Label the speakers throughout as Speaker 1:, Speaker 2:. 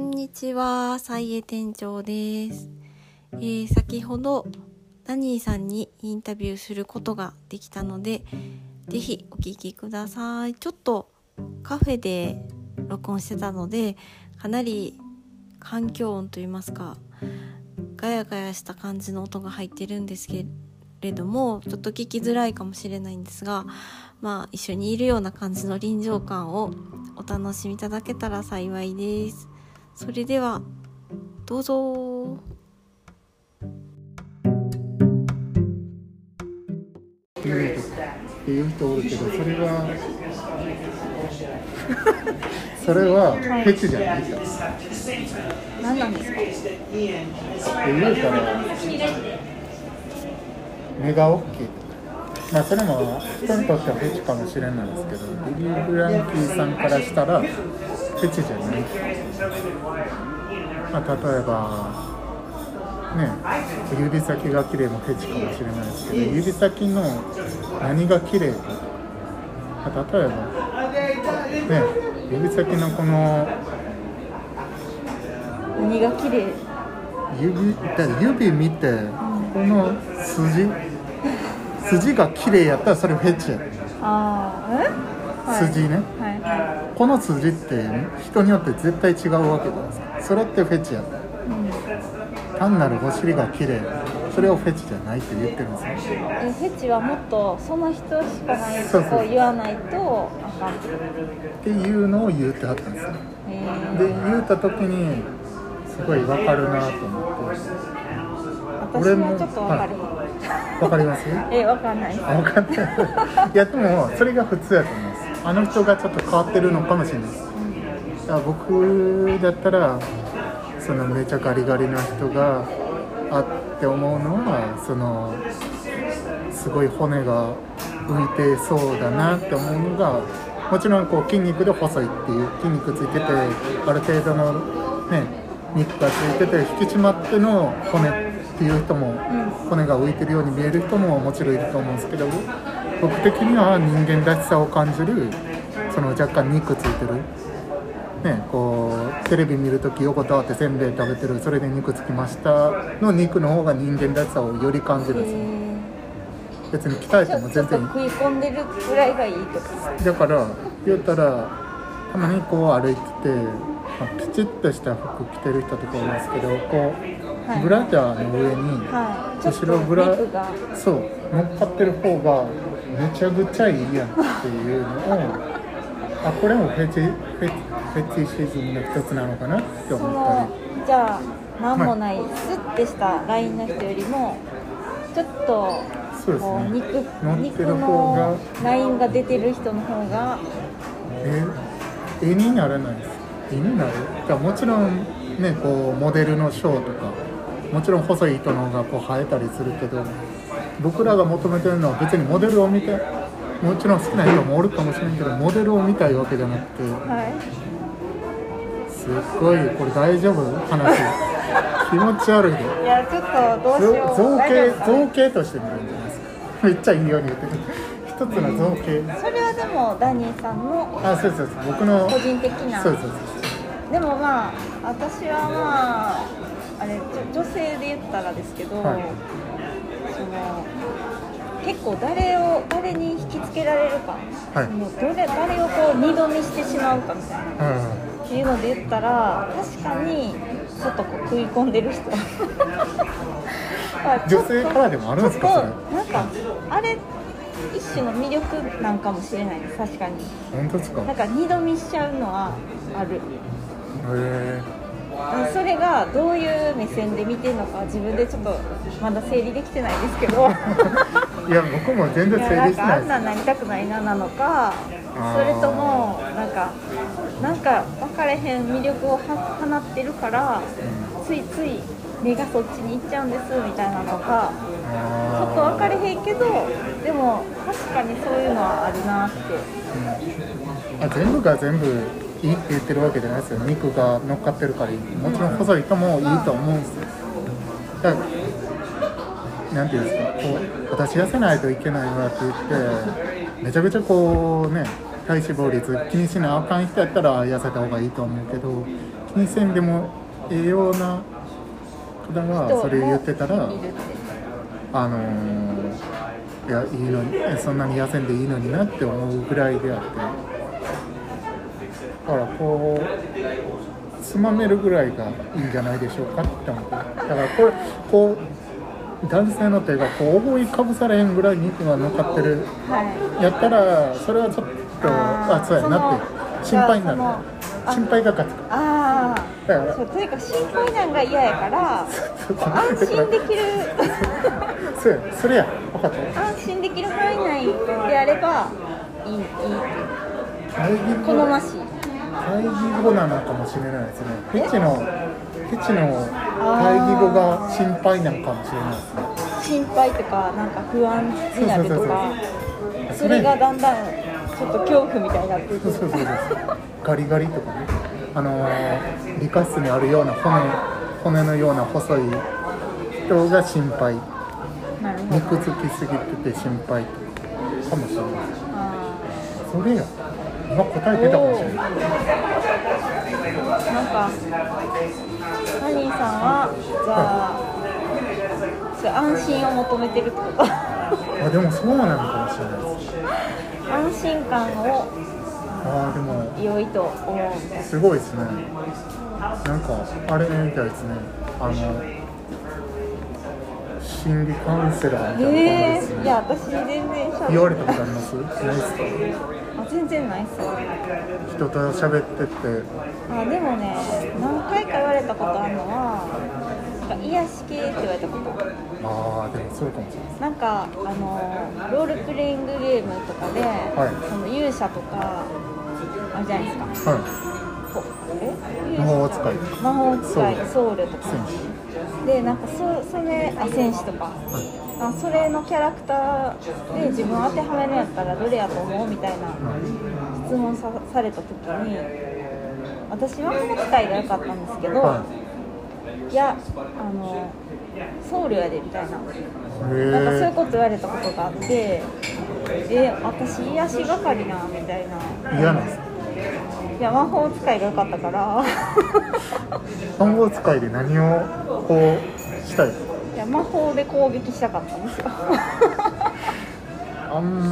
Speaker 1: にちは、サイエ店長です。えー先ほどダニーさんにインタビューすることができたので、ぜひお聞きください。ちょっとカフェで録音してたので、かなり環境音といいますか、ガヤガヤした感じの音が入ってるんですけれども、ちょっと聞きづらいかもしれないんですが、まあ一緒にいるような感じの臨場感をお楽しみいただけたら幸いです。それではどうぞ
Speaker 2: っていうのとかっていう人おるけどそれはそれはフェチじゃないから、
Speaker 1: 何なんですか
Speaker 2: っていうから目が大きいとかまあそれも人にとってはフェチかもしれないですけどビリー・ブランキーさんからしたらフェチじゃない、まあ、例えばね指先が綺麗もフェチかもしれないですけど指先の何が綺麗か、まあ、例えばね指先のこの
Speaker 1: 何が綺麗
Speaker 2: 指だから指見てこの筋筋が綺麗やったらそれフェチやね
Speaker 1: ああえ
Speaker 2: 筋ね
Speaker 1: はいは
Speaker 2: この筋って人によって絶対違うわけじゃないですかそれってフェチやね単なるお尻が綺麗それをフェチじゃないって言ってるんですよ
Speaker 1: い、えフェチはもっとその人しかないと
Speaker 2: そうそう
Speaker 1: こ言わないとあかん
Speaker 2: っていうのを言ってはったんですよで
Speaker 1: え
Speaker 2: 言うた時にすごいわかるなと思って
Speaker 1: 私もちょっとわかる、
Speaker 2: わかります
Speaker 1: えわかんない
Speaker 2: あ分かってないいやでもそれが普通やと思いますあの人がちょっと変わってるのかもしれないですだから僕だったらそのめちゃガリガリな人があって思うのはそのすごい骨が浮いてそうだなって思うのがもちろんこう筋肉で細いっていう筋肉ついててある程度のね肉がついてて引き締まっての骨っていう人も、骨が浮いてるように見える人ももちろんいると思うんですけど僕的には人間らしさを感じるその若干肉ついてる。ね、こうテレビ見るとき横たわってせんべい食べてるそれで肉つきましたの肉の方が人間らしさをより感じるんですよ別に鍛え
Speaker 3: ち
Speaker 2: て
Speaker 3: ょ
Speaker 2: も
Speaker 3: ちょ
Speaker 2: 全
Speaker 3: っと
Speaker 2: 然いい
Speaker 3: 食い込んでるぐらいがいいとか
Speaker 2: だから言ったらたまにこう歩いてて、まあ、ピチッとした服着てる人とかいますけどこう、
Speaker 3: はい
Speaker 2: ブラジャーの上に、
Speaker 3: はいちょっ
Speaker 2: 後
Speaker 3: と
Speaker 2: ろブラ
Speaker 3: 肉が
Speaker 2: そう乗っかってる方がめちゃくちゃいいやんっていうのをあこれもフェチフェチフェチシズムの一つなのかなって
Speaker 3: そ
Speaker 2: 思った
Speaker 3: の
Speaker 2: り。
Speaker 3: じゃあ何もないスッてしたラインの人よりもちょっと
Speaker 2: そうです
Speaker 3: こう
Speaker 2: ね
Speaker 3: 肉
Speaker 2: 乗って
Speaker 3: 肉
Speaker 2: る方が
Speaker 3: のラインが出てる人の方が
Speaker 2: え絵にならないです絵になるだからもちろんねこうモデルのショーとかもちろん細い糸の方がこう生えたりするけど僕らが求めてるのは別にモデルを見てもちろん好きな人もおるかもしれんけどモデルを見たいわけじゃなくて
Speaker 3: はい
Speaker 2: すっごいこれ大丈夫話 気持ち悪いで
Speaker 3: いやちょっとどうしよう
Speaker 2: 造
Speaker 3: 大丈
Speaker 2: 形
Speaker 3: 夫かな
Speaker 2: 造形として見るんじゃないですかめっちゃいいように言ってる一つの造形
Speaker 3: それはでもダニーさんの
Speaker 2: あそうそうそう僕の
Speaker 3: 個人的な
Speaker 2: そうそうそう
Speaker 3: でもまあ私はまああれ女女性で言ったらですけど、
Speaker 2: はい
Speaker 3: その結構誰を誰に引きつけられるか、
Speaker 2: はい
Speaker 3: そのどれ誰をこう二度見してしまうかみたいな
Speaker 2: うん
Speaker 3: っていうので言ったら確かにちょっとこう食い込んで る人まあちょっと
Speaker 2: 女性からでもあるんですか
Speaker 3: ちょっ
Speaker 2: それ
Speaker 3: となんかあれ一種の魅力なんかもしれないです確かに
Speaker 2: 本当ですか
Speaker 3: なんか二度見しちゃうのはあるう
Speaker 2: へ
Speaker 3: んそれがどういう目線で見てるのか自分でちょっとまだ整理できてないですけどい
Speaker 2: えいや僕も全
Speaker 3: や
Speaker 2: 然
Speaker 3: な
Speaker 2: 整理
Speaker 3: ん
Speaker 2: し
Speaker 3: か
Speaker 2: な
Speaker 3: あん
Speaker 2: いで
Speaker 3: なんなりたくないななのか
Speaker 2: あ
Speaker 3: そ
Speaker 2: ー
Speaker 3: れともなんかなんか分かれへん魅力をは放ってるから
Speaker 2: す、うん
Speaker 3: ついつい目がそっちに行っちゃうんですみたいなのかちょっと
Speaker 2: あ
Speaker 3: 分かれへんけどでも確かにそういうのはあるなって
Speaker 2: ーあ全部が全部いいって言ってるわけじゃないですよ肉が乗っかってるからいいもちろん細い人もいいと思うんですよだからなんていうんですかこう私痩せないといけないわって言ってめちゃくちゃこうね体脂肪率気にしなあかん人やったら痩せた方がいいと思うけど気目線でも栄養な方がそれ言ってたら
Speaker 3: いるって
Speaker 2: あのーいやいいのにえそんなに痩せんでいいのになって思うぐらいであってだからこうつまめるぐらいがいいんじゃないでしょうかって思ってだからこれこう男性の手がこう思いかぶされへんぐらい肉が乗っかってる
Speaker 3: はい
Speaker 2: やったらそれはちょっとあ
Speaker 3: あー
Speaker 2: そうやなって
Speaker 3: そ
Speaker 2: 心
Speaker 3: の
Speaker 2: 配になる
Speaker 3: そのあ
Speaker 2: 心配が勝つ
Speaker 3: あ
Speaker 2: だか
Speaker 3: あ
Speaker 2: ら
Speaker 3: そうというか心配なんが嫌やから 安心できる
Speaker 2: そうやそれや分かった
Speaker 3: 安心できる範囲内であればいいいいって
Speaker 2: 会議後
Speaker 3: 好ましい
Speaker 2: 会議後なのかもしれないですねフェチのフェチの会議後が心配なのかもしれないですね
Speaker 3: 心配とかなんか不安になるとかそれがだんだんちょっと恐怖みたいになってい
Speaker 2: そう
Speaker 3: く
Speaker 2: そうそうそうガリガリとかねあのー理科室にあるような骨骨のような細い人が心配
Speaker 3: なるほど
Speaker 2: 肉つきすぎてて心配かもしれない
Speaker 3: あ
Speaker 2: それや今答え出たかもしれない
Speaker 3: ーなんかハニーさんはじゃあそう安心を求めてるってこと
Speaker 2: あでもそうなのかもしれないです
Speaker 3: 安心感を
Speaker 2: ああでも
Speaker 3: 良いと思う
Speaker 2: すごいですね。なんかあれみたいですね。あの心理カウンセラーみたいな
Speaker 3: え
Speaker 2: 感じ
Speaker 3: ー、
Speaker 2: です
Speaker 3: い
Speaker 2: ね。
Speaker 3: や私全然しゃ
Speaker 2: 言われたことあります？ないですか？
Speaker 3: あ全然ないっす
Speaker 2: 人と喋ってって、
Speaker 3: あでもね何回か言われたことあるのはなんか癒し系って言われたこと
Speaker 2: ああでもそうかもしれない。
Speaker 3: なんかあのロールプレイングゲームとかで、
Speaker 2: い
Speaker 3: その勇者とかあるじゃないですか
Speaker 2: は
Speaker 3: こえ
Speaker 2: い。魔法使い。
Speaker 3: 魔法使いソウルとか
Speaker 2: 戦士。
Speaker 3: でなんかそそれあ戦士とか
Speaker 2: は。
Speaker 3: あそれのキャラクターで自分当てはめるんやったらどれやと思うみたいない
Speaker 2: うん
Speaker 3: 質問さされた時に私は魔法使いが良かったんですけど、
Speaker 2: はい。
Speaker 3: い、やあのソウルやでみたいななんかそういう
Speaker 2: へ
Speaker 3: こと言われたことがあって、え、私、癒し係なみたいな、
Speaker 2: えー。嫌なんですか。
Speaker 3: いや、魔法使いが良かった から、
Speaker 2: 魔法使いで何をこうしたいですか？
Speaker 3: いや、魔法で攻撃したかったんですよ。
Speaker 2: あん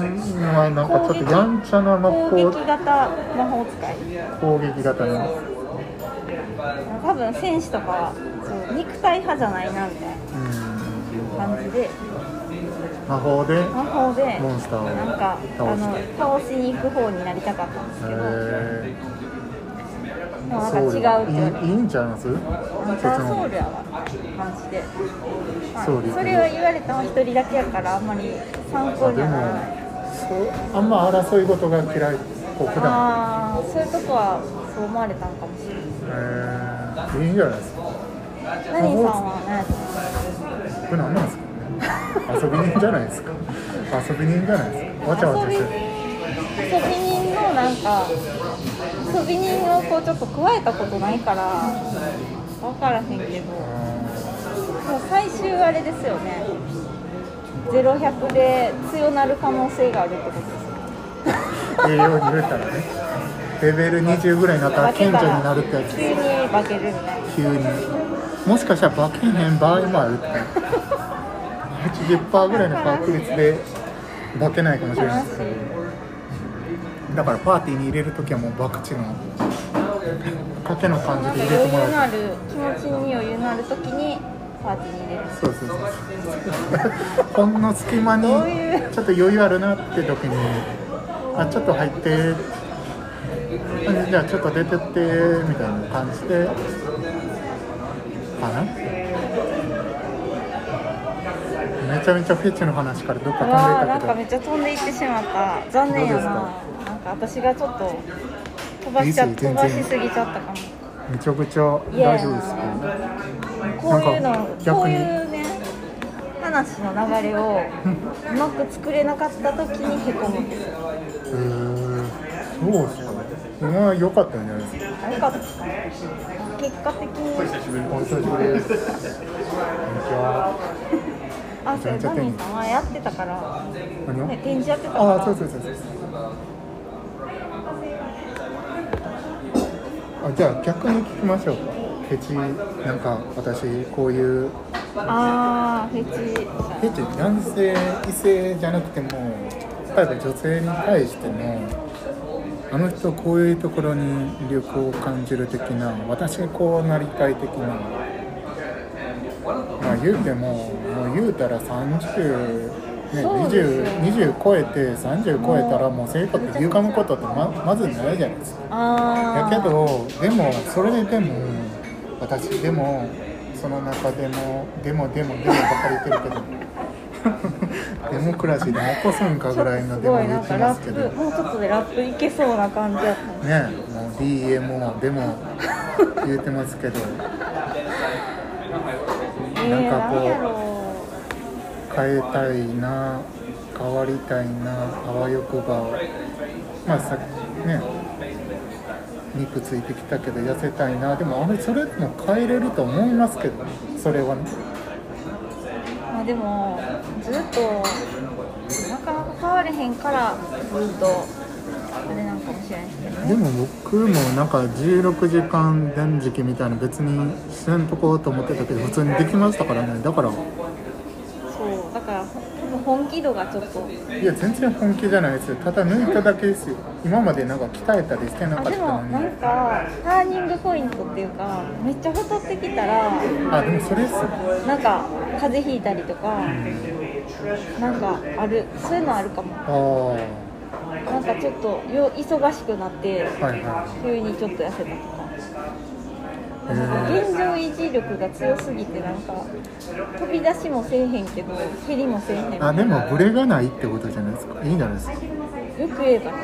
Speaker 2: まなんかちょっとやんちゃな魔
Speaker 3: 攻撃
Speaker 2: 法
Speaker 3: 型魔法使い、
Speaker 2: 攻撃型の。
Speaker 3: 多分戦士とかはそう肉体派じゃないなみたい
Speaker 2: うん
Speaker 3: な感じで、
Speaker 2: 魔法で
Speaker 3: 魔法で、
Speaker 2: モンスターを
Speaker 3: なんかあ
Speaker 2: 倒
Speaker 3: の
Speaker 2: して
Speaker 3: 倒しに行く方になりたかったんですけど、
Speaker 2: へ
Speaker 3: でもなんか
Speaker 2: ー
Speaker 3: 違うって言われて。
Speaker 2: いいいいんちゃいます
Speaker 3: アンサーソウルやわ感じで、
Speaker 2: ソウル
Speaker 3: それは言われたの一人だけやからあんまり参考
Speaker 2: あ
Speaker 3: に
Speaker 2: で
Speaker 3: は
Speaker 2: も
Speaker 3: ならない
Speaker 2: そうあんま争い事が嫌いこう普段
Speaker 3: ああーそういうとこはそう思われたのかもしれない
Speaker 2: へーいいんじゃないです か
Speaker 3: ナニーさんは何やと思います
Speaker 2: これ何なんですかね遊び人じゃないですか遊び人じゃないですかわちゃわちゃ
Speaker 3: 遊び
Speaker 2: し
Speaker 3: 遊
Speaker 2: て
Speaker 3: び人のなんか遊び人をこうちょっと加えたことないから分からへんけどでも最終あれですよね0100で強なる可能性があるってことですよね
Speaker 2: 栄養に入れたらねレベル20ぐらいになったら顕著になるってやつ
Speaker 3: 急に化けるみたいな
Speaker 2: 急にもしかしたら化けへん場合もあるって80%ぐらいの確率で化けないかもしれない
Speaker 3: 悲
Speaker 2: で
Speaker 3: し
Speaker 2: す
Speaker 3: い
Speaker 2: だからパーティーに入れる時はもうバクチの賭けの感
Speaker 3: なん
Speaker 2: じ
Speaker 3: か
Speaker 2: で入れても
Speaker 3: 余裕の
Speaker 2: ら
Speaker 3: あ
Speaker 2: う
Speaker 3: る気持ちに余裕のある時にパーティーに入れる
Speaker 2: そうそうそうほんの隙間にち
Speaker 3: ど
Speaker 2: ょ
Speaker 3: ういう
Speaker 2: っと余裕あるなって時にあちょっと入ってあじゃあちょっと出てってみたいな感じでかなめちゃめちゃフェチの話からどっか
Speaker 3: うわー
Speaker 2: 飛んでい
Speaker 3: な
Speaker 2: た
Speaker 3: んか
Speaker 2: けど
Speaker 3: めっちゃ飛んでいってしまった残念や
Speaker 2: どう
Speaker 3: な
Speaker 2: ですか
Speaker 3: なんか私がちょっと飛ばしちゃ
Speaker 2: いいです
Speaker 3: 飛
Speaker 2: よ
Speaker 3: ば
Speaker 2: 全然
Speaker 3: しすぎちゃったかも
Speaker 2: めちゃくちゃ大丈夫ですか
Speaker 3: こういう
Speaker 2: な
Speaker 3: の
Speaker 2: んか
Speaker 3: こ
Speaker 2: 逆に
Speaker 3: ういうね話の流れをうまく作れなかった時にへこむんですよ
Speaker 2: へえそうですか今は良かったんじゃないですか
Speaker 3: あよかったですかね結果的に
Speaker 2: お久しぶりです。こんにちは。
Speaker 3: あそうやダニーさんはやってたから、
Speaker 2: 何
Speaker 3: ね、展
Speaker 2: を？
Speaker 3: 示やってたから
Speaker 2: ああ、そうそうそうそう。あじゃあ逆に聞きましょうかフェチなんか私こういう
Speaker 3: ああフェチ
Speaker 2: フェチ男性異性じゃなくても例えば女性に対してもあの人こういうところに魅力を感じる的な私がこうなりたい的なまあ言うてももう言うたら30ね
Speaker 3: そうですよ
Speaker 2: 20 20超えて30超えたらもう性格歪むことってままずないじゃないですか
Speaker 3: あ
Speaker 2: や
Speaker 3: あ
Speaker 2: けどでもそれででも私でもその中でもでもでもでもばかり言ってるけどデモクラシー で起こすんかぐらいの
Speaker 3: す
Speaker 2: でも
Speaker 3: ごいな
Speaker 2: 言
Speaker 3: ん
Speaker 2: って
Speaker 3: か
Speaker 2: ま
Speaker 3: ラ
Speaker 2: すけど
Speaker 3: ッ
Speaker 2: ね
Speaker 3: プもうちょっとでラップいけそうな感じやった
Speaker 2: もう DMO でも言ってますけど
Speaker 3: えー、
Speaker 2: なんかこう
Speaker 3: 何やろ
Speaker 2: 変えたいな変わりたいなあわよくばまあさね肉ついてきたけど痩せたいなでもあれそれでも変えれると思いますけどねそれはね
Speaker 3: うまあでもずっとなかなか変われへんからずっとあれなんかもしれないですけど
Speaker 2: で
Speaker 3: ね
Speaker 2: も僕もなんか16時間断食みたいな別にしんとこうと思ってたけど普通にできましたからねだからい
Speaker 3: そうだからほ多分本気度がちょっと
Speaker 2: や全然本気じゃないですよただ抜いただけですよ今までなんか鍛えたりしてな
Speaker 3: あ
Speaker 2: かっ
Speaker 3: で
Speaker 2: た
Speaker 3: も
Speaker 2: の
Speaker 3: なん
Speaker 2: に
Speaker 3: かターニングポイントっていうかめっちゃ太ってきたら
Speaker 2: あでもそれっすよ
Speaker 3: なんか風邪ひいたりとかなんかあるそういうのあるかも
Speaker 2: ああは
Speaker 3: なんかちょっとよ忙しくなって
Speaker 2: いは
Speaker 3: 急にちょっと痩せたとか
Speaker 2: いへえ
Speaker 3: 現状維持力が強すぎてなんか飛び出しもせえへんけど減りもせえへんみたいな
Speaker 2: あ
Speaker 3: よ
Speaker 2: でもブレがないってことじゃないですかいいんじゃないですか
Speaker 3: く言えばね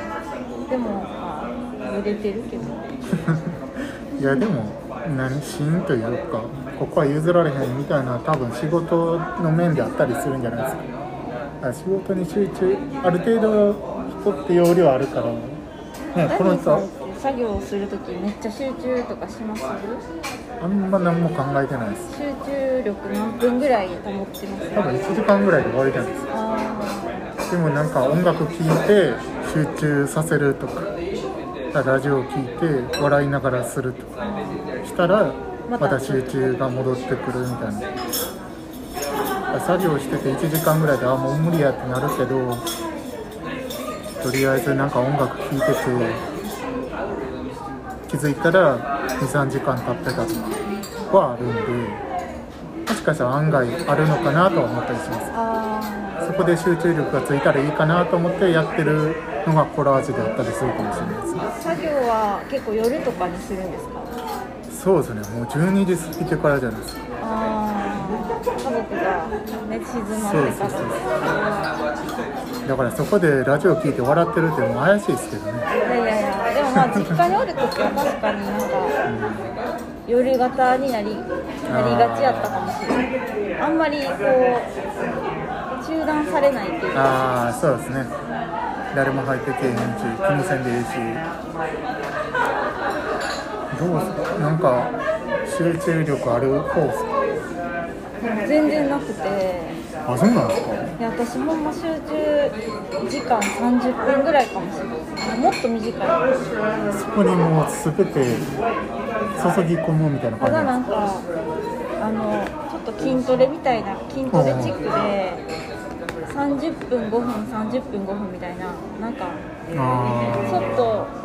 Speaker 3: でもまあ売れてるけど
Speaker 2: いやでも何シーンというかここは譲られへんみたいな多分仕事の面であったりするんじゃないですかあ仕事に集中ある程度人って容量あるからねこの
Speaker 3: 何さ
Speaker 2: 人
Speaker 3: んって作業するときめっちゃ集中とかします
Speaker 2: あんま何も考えてないです
Speaker 3: 集中力何分ぐらい保ってます
Speaker 2: 多分1時間ぐらいで終わりじゃないで
Speaker 3: あ
Speaker 2: すかでもなんか音楽聴いて集中させるとかラジオ聴いて笑いながらするとかしたら
Speaker 3: ま
Speaker 2: また
Speaker 3: た
Speaker 2: 集中が戻ってくるみたいな作業してて1時間ぐらいであもう無理やってなるけどとりあえずなんか音楽聴いてて気づいたら23時間経ってたとかはあるんでもしかしたら案外あるのかなとは思ったりします
Speaker 3: ーあ
Speaker 2: そこで集中力がついたらいいかなと思ってやってるのがコラージュであったりするかもしれないですね
Speaker 3: ー作業は結構夜とかにするんですか
Speaker 2: そうですね、もう12時過ぎてからじゃないですか。
Speaker 3: ああ家族がね静まって
Speaker 2: そう
Speaker 3: か
Speaker 2: そうそう
Speaker 3: ら
Speaker 2: だからそこでラジオ聞いて笑ってるってもう怪しいですけどね。
Speaker 3: いやいやいやでもまあ実家におるときは確かになんか夜型になりなりがちやったかもしれないあんまりこう中断されないっていうか
Speaker 2: ああ、そうですね。誰も入ってけえへんし、気にせんでいいし。どうすかなんか、集中力ある方っす
Speaker 3: 全然なくて
Speaker 2: かあ、そうなんですか
Speaker 3: いや私ほんま集中時間30分ぐらいかもしれないもっと短い
Speaker 2: そこにもう全て注ぎ込むみたいな
Speaker 3: ただな
Speaker 2: 感
Speaker 3: んかあのちょっと筋トレみたいな筋トレチックで30分5分30分5分みたいななんか
Speaker 2: じあ
Speaker 3: ちょっと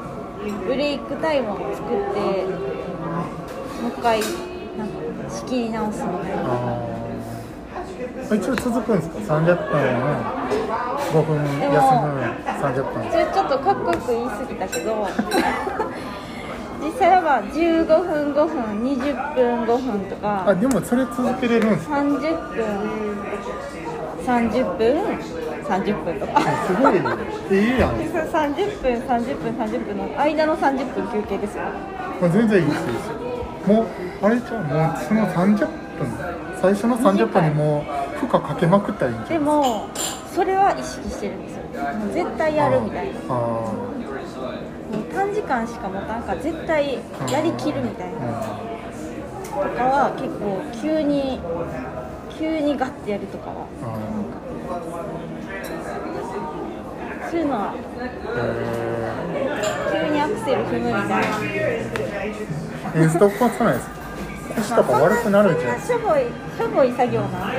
Speaker 3: ブレイクタイムを作ってもう一回なんか仕切り直すみたい
Speaker 2: あ
Speaker 3: な
Speaker 2: ー一応続くんですか30分5分休む
Speaker 3: でも
Speaker 2: 30分
Speaker 3: それちょっとかっこよく言い過ぎたけど 実際は15分5分20分5分と
Speaker 2: あ
Speaker 3: か
Speaker 2: でもそれ続けれるんです
Speaker 3: 30分30分30分とか。
Speaker 2: すごいねいいやん
Speaker 3: でその30分30分30分の間の30分休憩ですよ
Speaker 2: もう全然いいですいいですもうあれじゃんもうその30分最初の30分にもう負荷かけまくったらいいんじゃ
Speaker 3: でもそれは意識してるんですよもう絶対や
Speaker 2: ん
Speaker 3: るみたいな
Speaker 2: あー
Speaker 3: もう短時間しか持たんから絶対やりきるみたいな
Speaker 2: あ
Speaker 3: とかは結構急に急にガッてやるとかは
Speaker 2: ーあ
Speaker 3: そういうのは
Speaker 2: ーへ
Speaker 3: 急にアクセルセル踏むみたいな
Speaker 2: インスト壊さないです腰とか悪くなるんじゃない
Speaker 3: そんなしょぼいしょぼい作業なんで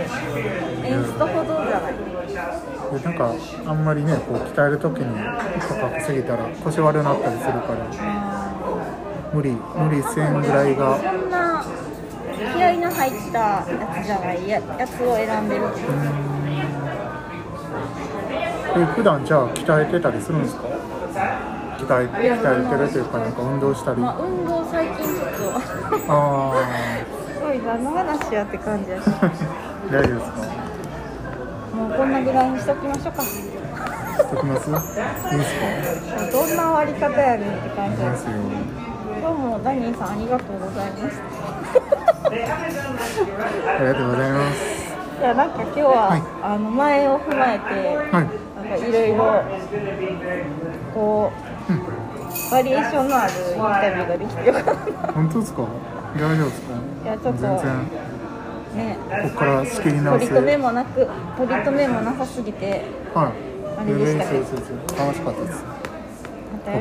Speaker 3: エンストほどじゃない
Speaker 2: でなんかあんまりねこう鍛える時に負荷かかすぎたら腰悪なったりするから無理無理せんぐらいが
Speaker 3: そんな気合いの入ったやつじゃないややつを選んでる
Speaker 2: え普段じゃあ鍛えてたりするんですか鍛え鍛えてるというかなんか運動したり
Speaker 3: まあ運動最近ちょっと
Speaker 2: あ
Speaker 3: すごい何の話やって感じやし
Speaker 2: あ 大丈夫ですか
Speaker 3: もうこんなぐらいにしときましょうか
Speaker 2: しときますいいですかい
Speaker 3: どんな終わり方やねんって感
Speaker 2: い
Speaker 3: じや
Speaker 2: で
Speaker 3: し
Speaker 2: すよ
Speaker 3: どうもダニーさんありがとうございました
Speaker 2: ありがとうございます
Speaker 3: いやなんか今日は、
Speaker 2: はい
Speaker 3: あの前を踏まえて
Speaker 2: はい
Speaker 3: なんかいろいろこうバリエーションのあるインタビューができてよかった
Speaker 2: 本当ですか大丈夫ですか
Speaker 3: いやちょっと
Speaker 2: 全然
Speaker 3: ね
Speaker 2: ここから仕切り直
Speaker 3: 取
Speaker 2: す
Speaker 3: り留めもなく取り留めもなさすぎて
Speaker 2: はい
Speaker 3: あれでしたね
Speaker 2: 全然そうそうそう楽しかったです
Speaker 3: またよ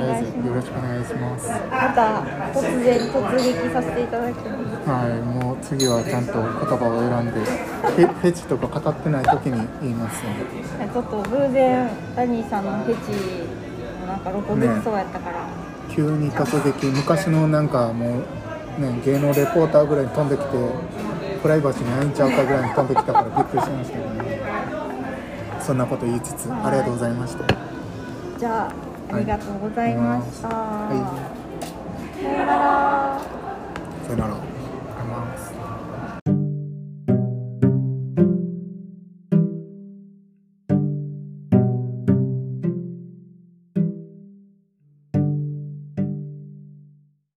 Speaker 2: 僕
Speaker 3: ろ
Speaker 2: に
Speaker 3: しくお願いしま
Speaker 2: なされずよろ
Speaker 3: す
Speaker 2: しくお願いしますは
Speaker 3: また突然突撃させていただきます
Speaker 2: いもう次はちゃんと言葉を選んでフェフェチとか語ってない時に言いますので
Speaker 3: いやちょっと偶然ダニーさんのフェチもなんか露骨そうやったから、
Speaker 2: 急に突撃昔のなんかもう、ね、芸能レポーターぐらいに飛んできてプライバシーないんちゃうかぐらいに飛んできたからびっくりしましたけどねそんなこと言いつつありがとうございました
Speaker 3: じゃあありがとうございました、
Speaker 2: は
Speaker 3: さよなら
Speaker 2: いさよなら